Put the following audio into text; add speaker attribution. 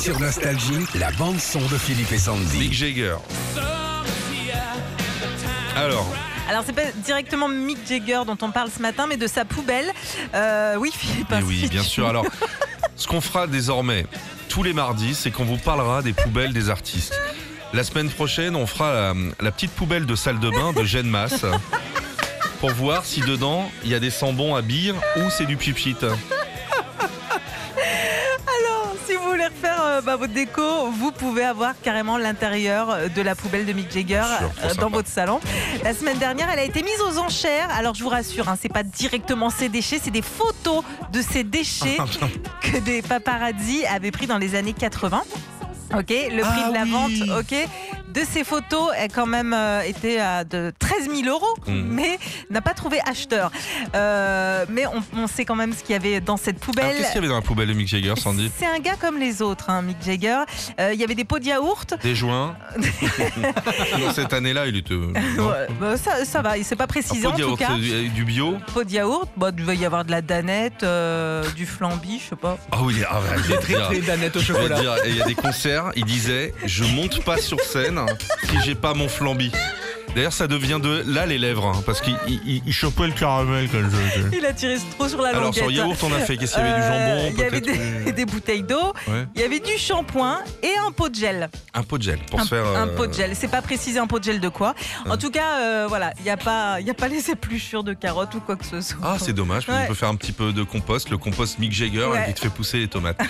Speaker 1: Sur Nostalgie, la bande-son de Philippe et
Speaker 2: Mick
Speaker 1: Sandy.
Speaker 2: Jagger. Alors,
Speaker 3: Alors c'est pas directement Mick Jagger dont on parle ce matin, mais de sa poubelle. Euh, oui, Philippe.
Speaker 2: eh oui,
Speaker 3: ainsi
Speaker 2: bien
Speaker 3: tu-
Speaker 2: sûr. Alors, ce qu'on fera désormais tous les mardis, c'est qu'on vous parlera des poubelles des artistes. La semaine prochaine, on fera euh, la, petite poubelle de salle de bain de Gêne Masse pour voir si dedans il y a des sambons à bire ou c'est du pipit.
Speaker 3: Alors, si vous voulez refaire euh, bah, votre déco, vous pouvez avoir carrément l'intérieur euh, de la poubelle de Mick Jagger
Speaker 2: Sûr, trop
Speaker 3: euh,
Speaker 2: sympa.
Speaker 3: dans votre salon. La semaine dernière, elle a été mise aux enchères. Alors je vous rassure, hein, c'est pas directement ses déchets, c'est des photos de ces déchets
Speaker 2: Ah,
Speaker 3: que des paparazzi avaient pris dans les années 80. Ok, le prix
Speaker 2: Ah
Speaker 3: de la
Speaker 2: oui.
Speaker 3: vente, ok, de ces photos a quand même euh, été à de 13 000 euros,
Speaker 2: Mm.
Speaker 3: mais n'a pas trouvé acheteur. Euh, mais on, on sait quand même ce qu'il y avait dans cette
Speaker 2: Alors,
Speaker 3: poubelle.
Speaker 2: Ah, qu'est-ce qu'il y avait dans la poubelle de Mick Jagger, Sandy
Speaker 3: C'est un gars comme les autres, hein, Mick Jagger. Euh, Il y avait des pots de yaourt.
Speaker 2: Des joints Non, Cette année-là, il était. non.
Speaker 3: Ouais, bah, ça, ça va, il s'est pas
Speaker 2: Un
Speaker 3: précisé
Speaker 2: pot
Speaker 3: en
Speaker 2: de
Speaker 3: tout
Speaker 2: yaourt,
Speaker 3: cas.
Speaker 2: c'est du, du bio
Speaker 3: Pot de yaourt, bah, il devait y avoir de la danette, euh, du flambi, je sais pas.
Speaker 2: Ah oui, ah, ouais, je vais te dire.
Speaker 4: danettes au
Speaker 2: Je vais te dire, il y a des concerts, il disait Je monte pas sur scène si j'ai pas mon flambi. D'ailleurs, ça devient de là les lèvres, hein, parce qu'il il- il- il chopait le caramel quand je.
Speaker 3: Il a tiré trop sur la
Speaker 2: Alors,
Speaker 3: languette.
Speaker 2: sur yaourt, on a fait. Qu'est-ce qu'il y avait
Speaker 3: Euh,
Speaker 2: du
Speaker 3: Il y
Speaker 2: jambon
Speaker 3: avait
Speaker 2: Peut-être.
Speaker 3: des, des bouteilles d'eau,
Speaker 2: Ouais.
Speaker 3: il y avait du shampoing et un pot de gel.
Speaker 2: Un pot de gel pour
Speaker 3: un,
Speaker 2: se faire.
Speaker 3: un
Speaker 2: euh,
Speaker 3: pot de gel. C'est pas précisé un pot de gel de quoi. En tout cas, euh, voilà, il n'y a, pas- il y a pas les épluchures de carottes ou quoi que ce soit.
Speaker 2: Ah, c'est dommage, parce qu'on
Speaker 3: Ouais.
Speaker 2: peut faire un petit peu de compost, le compost Mick Jagger,
Speaker 3: Ouais.
Speaker 2: il te fait pousser les tomates.